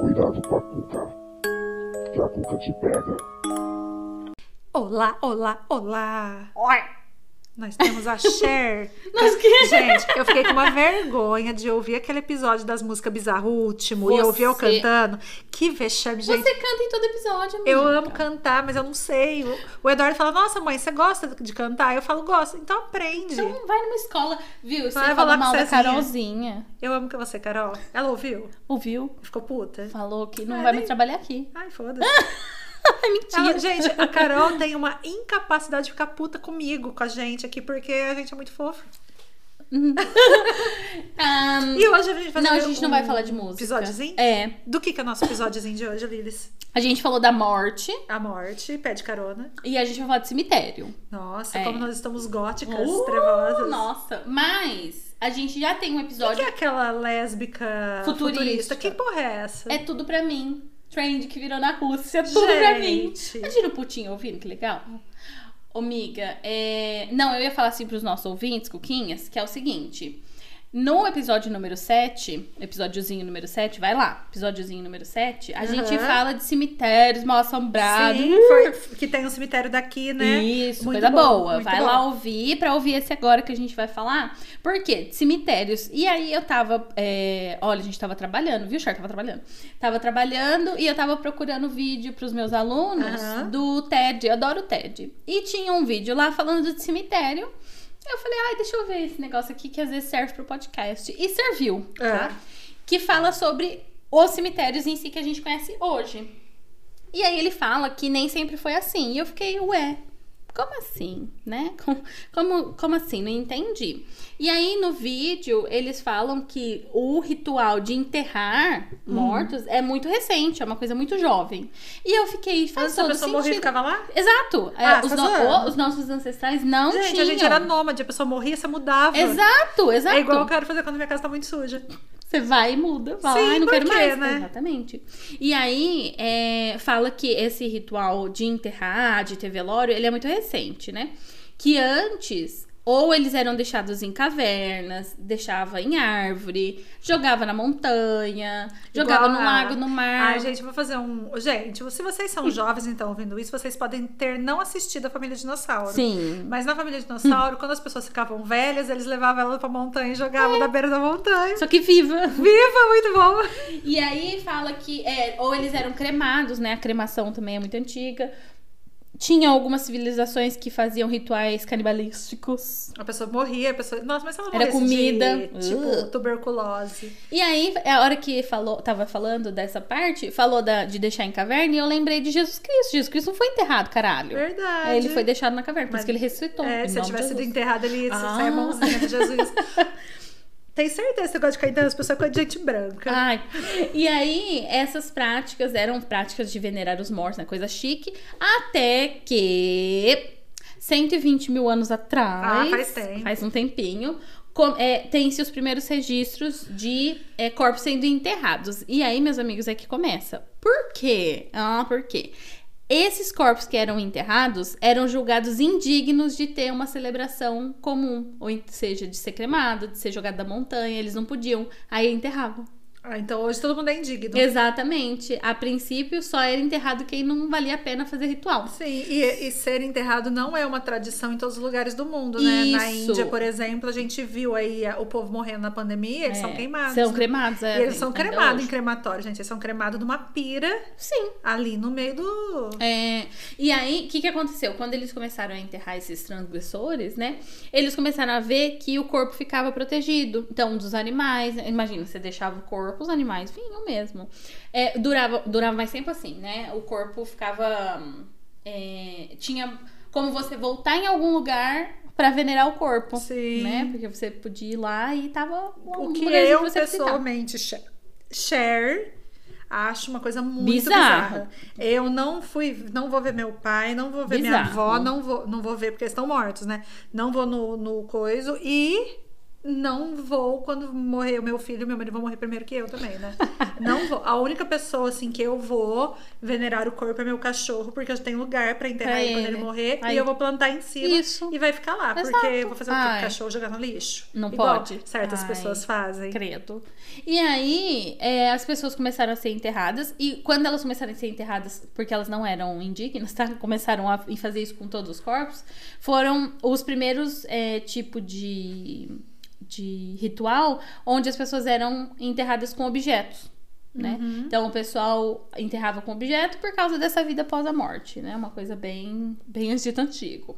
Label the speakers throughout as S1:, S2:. S1: cuidado com a cuca, que a cuca te pega.
S2: Olá, olá, olá!
S3: Oi.
S2: Nós temos a Cher.
S3: Nós que...
S2: Gente, eu fiquei com uma vergonha de ouvir aquele episódio das músicas bizarro último e
S3: Você-
S2: ouvir eu cantando. Que vexame, gente.
S3: Você canta em todo episódio, amiga.
S2: Eu amo cantar, mas eu não sei. O, o Eduardo fala: Nossa, mãe, você gosta de cantar? Eu falo: Gosto. Então aprende.
S3: Então vai numa escola, viu? Você
S2: Vai falar com
S3: fala mal da
S2: Cezinha.
S3: Carolzinha.
S2: Eu amo que você, Carol. Ela ouviu?
S3: Ouviu?
S2: Ficou puta?
S3: Falou que não
S2: Ah,
S3: vai
S2: nem-
S3: mais trabalhar aqui.
S2: Ai, foda-se.
S3: É mentira.
S2: Ela- gente, a Carol tem uma incapacidade de ficar puta comigo, com a gente aqui, porque a gente é muito fofa.
S3: Ahn,
S2: E hoje a gente vai
S3: Ah, Hum. não, a
S2: fazer
S3: gente
S2: um
S3: não vai falar de música.
S2: Episódiozinho?
S3: É.
S2: Do que, que é o nosso episódiozinho de hoje, Lilis?
S3: A gente falou da morte
S2: A morte, pé de carona.
S3: e a gente vai falar de cemitério.
S2: Nossa,
S3: É.
S2: como nós estamos góticas,
S3: Uh,
S2: trevosas.
S3: Nossa, mas a gente já tem um
S2: O que
S3: episódio.
S2: é aquela lésbica futurista?
S3: Futurista.
S2: Que porra é essa?
S3: É tudo pra mim. Trend que virou na Rússia, tudo pra mim.
S2: Gente.
S3: Imagina o Putin ouvindo, que legal. Ô, miga, é... não, eu ia falar assim pros nossos ouvintes, Cuquinhas, que é o seguinte. No episódio número 7, episódiozinho número 7, vai lá, episódiozinho número 7, a
S2: Aham.
S3: gente fala de cemitérios mal assombrados.
S2: Sim, foi- que tem um cemitério daqui, né?
S3: Isso,
S2: Muito
S3: coisa
S2: bom,
S3: boa.
S2: muito
S3: Vai
S2: bom.
S3: lá ouvir pra ouvir esse agora que a gente vai falar. Por quê? Cemitérios. E aí eu tava. é, Olha, a gente tava trabalhando, viu, Char? Tava trabalhando. Tava trabalhando e eu tava procurando vídeo pros meus alunos
S2: Aham.
S3: do TED. Eu adoro o TED. E tinha um vídeo lá falando de cemitério. Eu falei, ai, deixa eu ver esse negócio aqui que às vezes serve pro podcast. E serviu,
S2: É.
S3: tá? Que fala sobre os cemitérios em si que a gente conhece hoje. E aí ele fala que nem sempre foi assim. E eu fiquei, ué, como assim, né? Com- Como, como assim? Não entendi. E aí no vídeo eles falam que o ritual de enterrar
S2: Uhum.
S3: mortos é muito recente, é uma coisa muito jovem. E eu fiquei, faz
S2: Antes a
S3: todo
S2: pessoa morria e
S3: sentido.
S2: ficava lá?
S3: Exato. É,
S2: Ah,
S3: os,
S2: tá
S3: no-
S2: zoando.
S3: os nossos ancestrais não
S2: gente,
S3: tinham.
S2: a gente era nômade, a pessoa morria, você mudava.
S3: Exato, exato.
S2: É igual eu quero fazer quando minha casa tá muito suja.
S3: Você vai e muda, vai,
S2: Sim,
S3: "Ai, não
S2: por
S3: quero
S2: quê,
S3: mais.
S2: né?
S3: Exatamente. E aí, é, fala que esse ritual de enterrar, de ter velório, ele é muito recente, né? Que antes, ou eles eram deixados em cavernas, deixava em árvore, jogava na montanha, jogava
S2: Igual
S3: no
S2: a-
S3: lago, no mar.
S2: Ai, gente, eu vou fazer um. Gente, se vocês são jovens, então, ouvindo isso, vocês podem ter não assistido a Família Dinossauro.
S3: Sim.
S2: Mas na família
S3: Hum.
S2: dinossauro, quando as pessoas ficavam velhas, eles levavam ela pra montanha e
S3: É.
S2: jogavam na beira da montanha.
S3: Só que viva.
S2: Viva, muito bom!
S3: E aí fala que. é, ou eles eram cremados, né? A cremação também é muito antiga. Tinha algumas civilizações que faziam rituais canibalísticos.
S2: A pessoa morria, a pessoa. Nossa, mas se ela
S3: Era
S2: morresse
S3: comida.
S2: de, tipo,
S3: Ugh.
S2: tuberculose.
S3: E aí, é a hora que falou, tava falando dessa parte, falou da- de deixar em caverna e eu lembrei de Jesus Cristo. Jesus Cristo não foi enterrado, caralho.
S2: Verdade.
S3: Aí ele foi deixado na caverna, por
S2: Mas-
S3: isso que ele ressuscitou.
S2: É,
S3: em
S2: se eu
S3: nome de
S2: tivesse sido
S3: Jesus.
S2: enterrado, ele ia
S3: Ah.
S2: sair a mãozinha de Jesus. Tem certeza que eu gosto de Caetano, as pessoas com gente branca.
S3: Ai. E aí, essas práticas eram práticas de venerar os mortos, né? Coisa chique. Até que 120 mil anos
S2: Ah,
S3: atrás.
S2: faz tempo.
S3: Faz um tempinho. com- é, Tem-se os primeiros registros de é, corpos sendo enterrados. E aí, meus amigos, é que começa. Por quê? Ah, por quê? Esses corpos que eram enterrados eram julgados indignos de ter uma celebração comum, ou en- seja, de ser cremado, de ser jogado da montanha, eles não podiam, aí enterravam.
S2: Ah, então hoje todo mundo é indigno.
S3: Exatamente. A princípio, só era enterrado quem não valia a pena fazer ritual.
S2: Sim, e, e ser enterrado não é uma tradição em todos os lugares do mundo, né? Na
S3: Isso.
S2: Índia, por exemplo, a gente viu aí a- o povo morrendo na pandemia, eles são
S3: É,
S2: queimados.
S3: São
S2: né?
S3: cremados, é.
S2: E eles são
S3: ainda
S2: cremados em
S3: hoje.
S2: crematório, gente. Eles são cremados numa pira
S3: Sim.
S2: ali no meio do.
S3: É, e aí, o que, que aconteceu? Quando eles começaram a enterrar esses transgressores, né? Eles começaram a ver que o corpo ficava protegido. Então, dos animais, né, imagina, você deixava o corpo, os animais vinham mesmo. É, durava, durava mais tempo assim, né? O corpo ficava. hum, é, tinha como você voltar em algum lugar pra venerar o corpo.
S2: Sim.
S3: né? Porque você podia ir lá e tava um
S2: O que
S3: lugarzinho
S2: eu
S3: pra você visitar.
S2: pessoalmente che- share acho uma coisa muito bizarra.
S3: Bizarro.
S2: Eu não fui, não vou ver meu pai, não vou ver minha
S3: Bizarro.
S2: avó, não vou, não vou ver porque eles estão mortos, né? Não vou no, no coiso e não vou quando morrer o meu filho, meu marido vão morrer primeiro que eu também, né? Não vou. A única pessoa assim que eu vou venerar o corpo é meu cachorro, porque eu tenho lugar pra enterrar
S3: Pra
S2: ele quando ele
S3: ele.
S2: morrer
S3: Aí.
S2: e eu vou plantar em cima
S3: Isso.
S2: e vai ficar lá, porque
S3: Exato.
S2: eu vou fazer o quê?
S3: Ai.
S2: o cachorro jogar no lixo.
S3: Não
S2: Igual
S3: pode.
S2: Certas
S3: Ai.
S2: pessoas fazem.
S3: Credo. E aí, é, as pessoas começaram a ser enterradas. E quando elas começaram a ser enterradas, porque elas não eram indignas, tá? Começaram a e fazer isso com todos os corpos. Foram os primeiros é, tipo de, de ritual onde as pessoas eram enterradas com objetos. Né? Então o pessoal enterrava com objeto por causa dessa vida após a morte, né? Uma coisa bem, bem Egito antigo.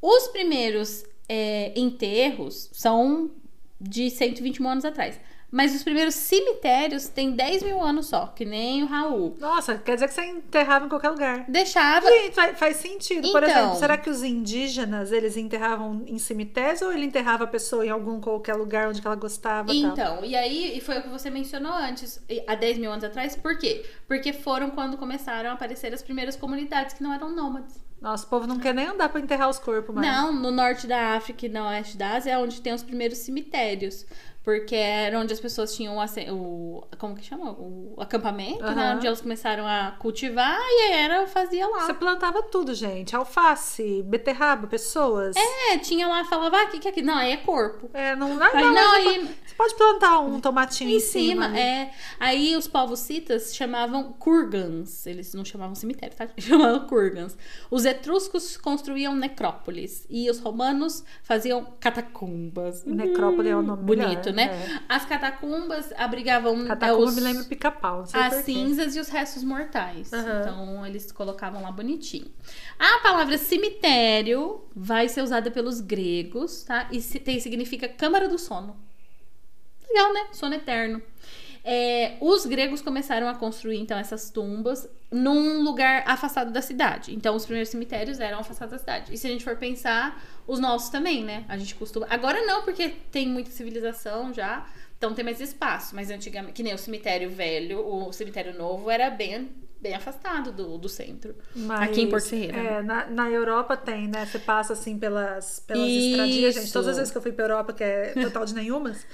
S3: Os primeiros é, enterros são de 121 anos atrás. Mas os primeiros cemitérios têm 10 mil anos só, que nem o Raul.
S2: Nossa, quer dizer que você enterrava em qualquer lugar.
S3: Deixava.
S2: Sim, faz, faz sentido. Por
S3: Ah. Então.
S2: exemplo, será que os indígenas, eles enterravam em cemitérios ou ele enterrava a pessoa em algum qualquer lugar onde que ela gostava e tal?
S3: Então, e aí, e foi o que você mencionou antes, e- há 10 mil anos atrás, por quê? Porque foram quando começaram a aparecer as primeiras comunidades que não eram nômades.
S2: Nossa, o povo não quer nem andar pra enterrar os corpos mais.
S3: Não, no norte da África e no oeste da Ásia é onde tem os primeiros cemitérios. Porque era onde as pessoas tinham o, asse- o- como que chama? O acampamento, né?
S2: Aham.
S3: Onde elas começaram a cultivar e aí era, fazia lá.
S2: Você plantava tudo, gente. Alface, beterraba, pessoas. É,
S3: É, tinha lá, falava, ah, o que que é aqui? Não, aí é corpo.
S2: não, não,
S3: Aí
S2: Ah, não,
S3: não,
S2: mas
S3: aí
S2: você pode- Você pode plantar um tomatinho né?
S3: em cima,
S2: ali.
S3: é. Aí os povos citas chamavam kurgans. Eles não chamavam cemitério, tá? Chamavam kurgans. Os etruscos construíam necrópolis. E os romanos faziam catacumbas.
S2: Necrópole é o nome
S3: Bonito,
S2: melhor,
S3: né?
S2: é.
S3: As catacumbas abrigavam é,
S2: Catacumba
S3: Uhum. os- Ah,
S2: me lembra pica-pau, não sei
S3: as
S2: porquê.
S3: cinzas e os restos mortais.
S2: Aham.
S3: Então eles colocavam lá bonitinho. A palavra cemitério vai ser usada pelos gregos, tá? E se- tem, significa câmara do sono. Legal, né? Sono eterno. É, os gregos começaram a construir então essas tumbas num lugar afastado da cidade. Então os primeiros cemitérios eram afastados da cidade. E se a gente for pensar, os nossos também, né? A gente costuma. Agora não, porque tem muita civilização já, então tem mais espaço. Mas antigamente, que nem o cemitério velho, o cemitério novo era bem, bem afastado do, do centro.
S2: Mas,
S3: Aqui em Porto Ferreira,
S2: É, na, na Europa tem, né? Você passa assim pelas, pelas
S3: Isso.
S2: estradinhas, gente. Todas as vezes que eu fui pra Europa, que é total de nenhumas.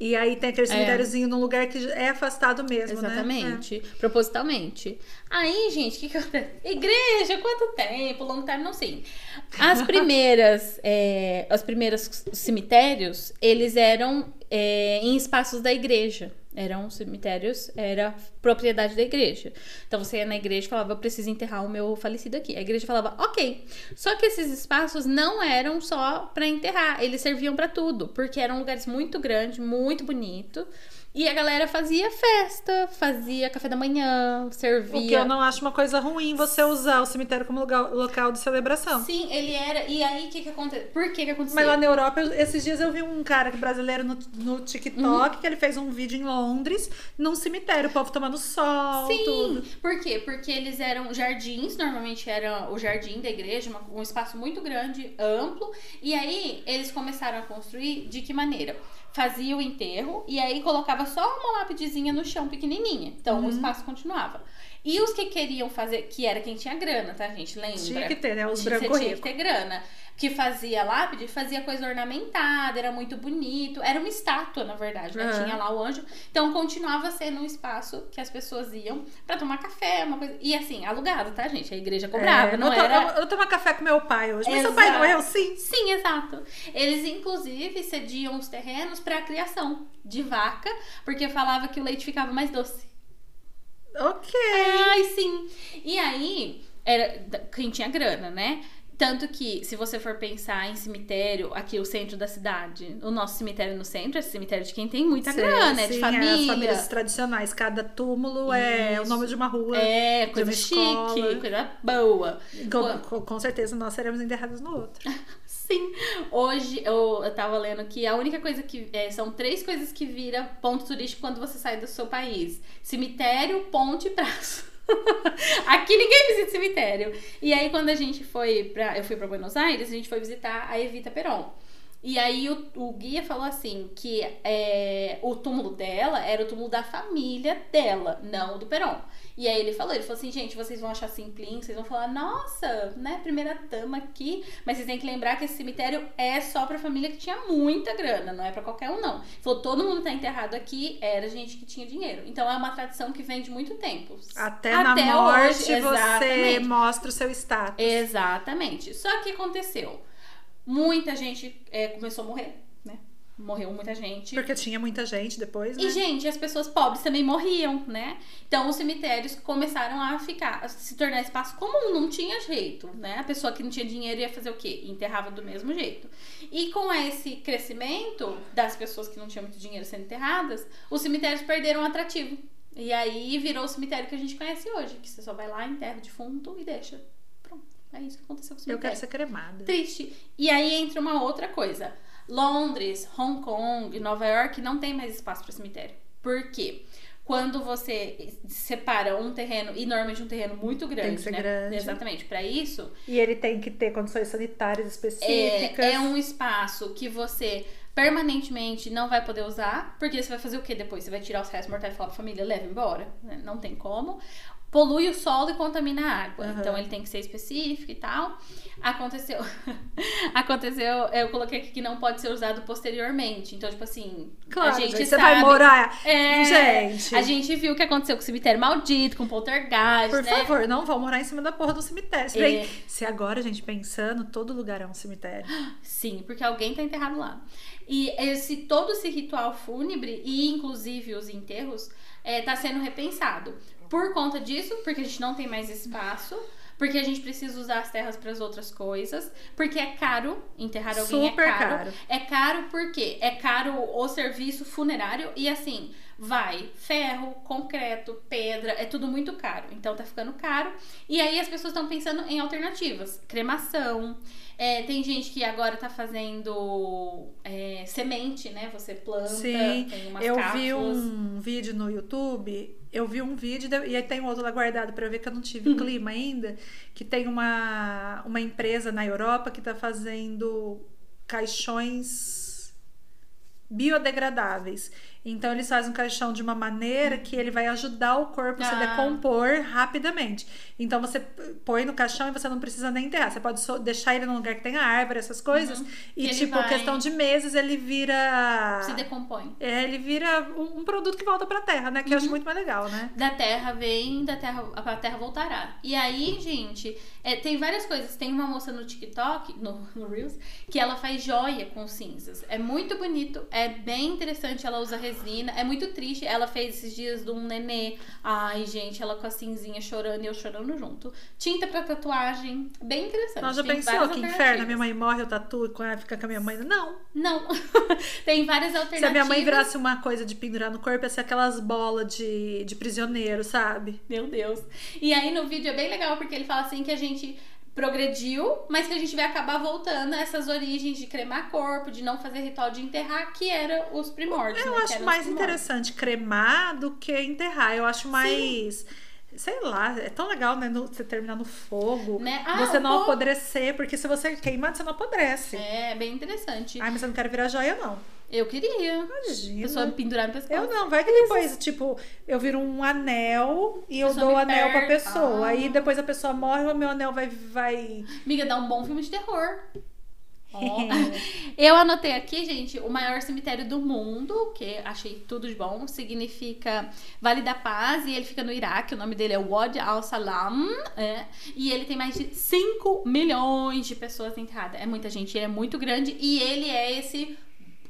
S2: E aí tem aquele cemitériozinho num lugar que é afastado mesmo, né?
S3: É. Exatamente. Propositalmente. Aí, gente, o que, que acontece? Igreja, quanto tempo? Long time, não sei. As primeiras, é, as primeiras cemitérios, eles eram é, em espaços da igreja. Eram cemitérios, era propriedade da igreja. Então você ia na igreja e falava, eu preciso enterrar o meu falecido aqui. A igreja falava, ok. Só que esses espaços não eram só para enterrar, eles serviam para tudo, porque eram lugares muito grandes, muito bonito. E a galera fazia festa, fazia café da manhã,
S2: É.
S3: servia.
S2: O que eu não acho uma coisa ruim você usar o cemitério como lugar, local de celebração.
S3: Sim, ele era. E aí, o que que aconteceu? Por que que aconteceu?
S2: Mas lá na Europa, eu- esses dias eu vi um cara que- brasileiro no, no TikTok
S3: Uhum.
S2: que ele fez um vídeo em Londres, num cemitério, o povo tomando sol.
S3: Sim,
S2: tudo.
S3: por quê? Porque eles eram jardins, normalmente era o jardim da igreja, uma- um espaço muito grande, amplo, e aí eles começaram a construir de que maneira? Fazia o enterro e aí colocava só uma lápidezinha no chão pequenininha, então
S2: Uhum.
S3: o espaço continuava. E os que queriam fazer, que era quem tinha grana, tá gente? Lembra?
S2: Tinha que ter, né? Os
S3: Tinha-
S2: brancos
S3: Você tinha que
S2: ricos.
S3: ter grana. Que fazia lápide, fazia coisa ornamentada, era muito bonito. Era uma estátua, na verdade, né?
S2: Aham.
S3: Tinha lá o anjo. Então continuava sendo um espaço que as pessoas iam pra tomar café, uma coisa. E assim, alugado, tá, gente? A igreja cobrava,
S2: É,
S3: não
S2: eu, to-
S3: era.
S2: eu, eu tomar café com meu pai hoje. Mas seu pai
S3: Exato.
S2: morreu, sim.
S3: Sim, exato. Eles, inclusive, cediam os terrenos pra criação de vaca, porque falava que o leite ficava mais doce.
S2: Ok.
S3: Ai, sim. E aí, era da- quem tinha grana, né? Tanto que, se você for pensar em cemitério, aqui o centro da cidade, o nosso cemitério no centro é cemitério de quem tem muita
S2: Sim,
S3: grana, é de
S2: tá sim,
S3: família.
S2: As famílias tradicionais. Cada túmulo é o
S3: Isso.
S2: nome de uma rua.
S3: É,
S2: de
S3: coisa
S2: uma
S3: chique,
S2: escola.
S3: coisa boa.
S2: Com, com- com certeza nós seremos enterrados no outro.
S3: Sim. Hoje eu, eu tava lendo que a única coisa que. é, são três coisas que vira ponto turístico quando você sai do seu país: cemitério, ponte e praça. Aqui ninguém visita cemitério. E aí, quando a gente foi pra. Eu fui pra Buenos Aires, a gente foi visitar a Evita Peron. E aí o, o guia falou assim que é, o túmulo dela era o túmulo da família dela, não do Perón. E aí ele falou, ele falou assim, gente, vocês vão achar simplinho, vocês vão falar, nossa, né, primeira tama aqui, mas vocês têm que lembrar que esse cemitério é só pra família que tinha muita grana, não é pra qualquer um não. Ele falou, todo mundo que tá enterrado aqui, era gente que tinha dinheiro. Então é uma tradição que vem de muito tempo.
S2: Até, na morte você mostra o seu status.
S3: Exatamente. Só que aconteceu muita gente é, começou a morrer, né? Morreu muita gente.
S2: Porque tinha muita gente depois, né?
S3: E, gente, as pessoas pobres também morriam, né? Então, os cemitérios começaram a ficar, a se tornar espaço comum, não tinha jeito, né? A pessoa que não tinha dinheiro ia fazer o quê? Enterrava do mesmo jeito. E com esse crescimento das pessoas que não tinham muito dinheiro sendo enterradas, os cemitérios perderam o atrativo. E aí virou o cemitério que a gente conhece hoje, que você só vai lá, enterra o defunto e deixa. É isso que aconteceu com o
S2: Eu
S3: cemitério.
S2: quero ser cremada.
S3: Triste. E aí entra uma outra coisa. Londres, Hong Kong, Nova York não tem mais espaço para cemitério. Por quê? Quando você separa um terreno, e normalmente um terreno muito grande,
S2: ser
S3: né?
S2: grande.
S3: Exatamente, para isso,
S2: E ele tem que ter condições sanitárias específicas.
S3: é, é um espaço que você permanentemente não vai poder usar, porque você vai fazer o que depois? Você vai tirar os restos mortais e falar pra família, leva embora? né? Não tem como. Polui o solo e contamina a água.
S2: Aham.
S3: Então ele tem que ser específico e tal. Aconteceu. Aconteceu. Eu coloquei aqui que não pode ser usado posteriormente. Então, tipo assim.
S2: Claro,
S3: a gente,
S2: gente, você
S3: sabe...
S2: vai morar.
S3: É,
S2: Gente.
S3: A gente viu o que aconteceu com o cemitério maldito, com o poltergeist,
S2: Por
S3: né?
S2: favor, não vão morar em cima da porra do cemitério. Se,
S3: É.
S2: bem, se agora, gente, pensando, todo lugar é um cemitério.
S3: Sim, porque alguém tá enterrado lá. E esse todo esse ritual fúnebre e inclusive os enterros é, tá sendo repensado. Por conta disso, porque a gente não tem mais espaço, porque a gente precisa usar as terras para as outras coisas, porque é caro enterrar alguém
S2: Super
S3: é caro.
S2: caro.
S3: É caro porque é caro o serviço funerário e assim, vai ferro, concreto, pedra, é tudo muito caro. Então tá ficando caro. E aí as pessoas estão pensando em alternativas, cremação. é, tem gente que agora tá fazendo é, semente, né? Você planta,
S2: Sim,
S3: tem umas
S2: Eu vi
S3: cápsulas.
S2: um vídeo no YouTube, eu vi um vídeo de- e aí tem um outro lá guardado pra eu ver que eu não
S3: Uhum.
S2: tive clima ainda, que tem uma, uma empresa na Europa que tá fazendo caixões biodegradáveis. Então eles fazem um caixão de uma maneira que ele vai ajudar o corpo a se
S3: Ah.
S2: decompor rapidamente. Então você p- põe no caixão e você não precisa nem enterrar. Você pode só deixar ele num lugar que tenha árvore, essas coisas. E
S3: Uhum. Ele
S2: tipo,
S3: vai-
S2: questão de meses ele vira
S3: Se decompõe.
S2: é, ele vira um um produto que volta pra terra, né? Que eu
S3: Uhum.
S2: acho muito mais legal, né?
S3: Da terra vem, da terra, a terra voltará. E aí, gente, é, tem várias coisas. Tem uma moça no TikTok, no, no Reels, que ela faz joia com cinzas. É muito bonito, é bem interessante. Ela usa resina, é muito triste. Ela fez esses dias de um nenê. Ai, gente, ela com a cinzinha chorando e eu chorando junto. Tinta pra tatuagem, bem interessante.
S2: Nós já
S3: Então, Tem
S2: pensou
S3: várias
S2: que inferno,
S3: alternativas.
S2: a minha mãe morre, eu tatuo, com ela fica com a minha mãe. Não.
S3: Não, tem várias alternativas.
S2: Se a minha mãe virasse uma coisa de pendurar no corpo, ia ser aquelas bolas de, de prisioneiro, sabe?
S3: Meu Deus. E aí no vídeo é bem legal porque ele fala assim que a gente progrediu, mas que a gente vai acabar voltando a essas origens de cremar corpo, de não fazer ritual de enterrar, que era os primórdios.
S2: Eu
S3: né? Que
S2: acho
S3: eram os
S2: mais
S3: primórdios.
S2: interessante cremar do que enterrar. Eu acho mais. Sei lá, é tão legal, né? no- você terminar no fogo.
S3: Né? Ah,
S2: você
S3: o
S2: não
S3: povo-
S2: apodrecer, porque se você queima, você não apodrece.
S3: É, bem interessante.
S2: Ai, mas eu não quero virar joia, não.
S3: Eu queria. A
S2: Imagina.
S3: pessoa pendurar no pescoço.
S2: é. Eu não, vai que depois, tipo, eu viro um anel e eu
S3: Pessoa
S2: dou o
S3: me
S2: anel pra
S3: perde.
S2: pessoa.
S3: Ah.
S2: Aí depois a pessoa morre, o meu anel vai. vai...
S3: Amiga, dá um bom filme de terror. Ó. Eu anotei aqui, gente, o maior cemitério do mundo, que achei tudo de bom, significa Vale da Paz, e ele fica no Iraque, o nome dele é Wad al-Salam, é, e ele tem mais de 5 milhões de pessoas enterradas. É muita gente, ele é muito grande, e ele é esse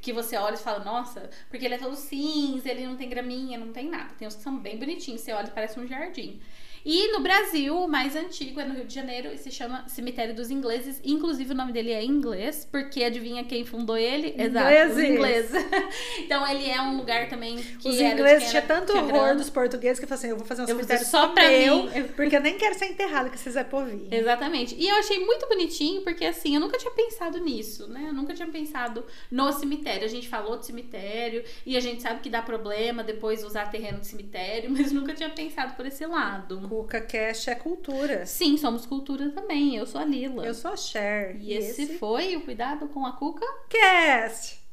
S3: que você olha e fala, nossa, porque ele é todo cinza, ele não tem graminha, não tem nada. Tem uns que são bem bonitinhos, você olha e parece um jardim. E no Brasil, o mais antigo é no Rio de Janeiro e se chama Cemitério dos Ingleses. Inclusive, o nome dele é em inglês, porque adivinha quem fundou ele? Exato, os
S2: Ingleses.
S3: ingleses. então, ele é um lugar também que
S2: Os
S3: era de
S2: ingleses
S3: quem
S2: tinham
S3: era-
S2: tanto
S3: tinha
S2: horror
S3: grana.
S2: dos portugueses que eu falei assim: eu vou fazer um
S3: Eu vou
S2: cemitério
S3: só pra
S2: meu,
S3: mim. Eu-
S2: porque eu nem quero ser enterrado que vocês é povinho.
S3: Exatamente. E eu achei muito bonitinho, porque assim, eu nunca tinha pensado nisso, né? Eu nunca tinha pensado no cemitério. A gente falou de cemitério e a gente sabe que dá problema depois usar terreno de cemitério, mas nunca tinha pensado por esse lado.
S2: Cuca Cash é cultura.
S3: Sim, somos cultura também. Eu sou a Lila.
S2: Eu sou a Cher.
S3: E esse, foi o Cuidado com a Cuca
S2: Cast.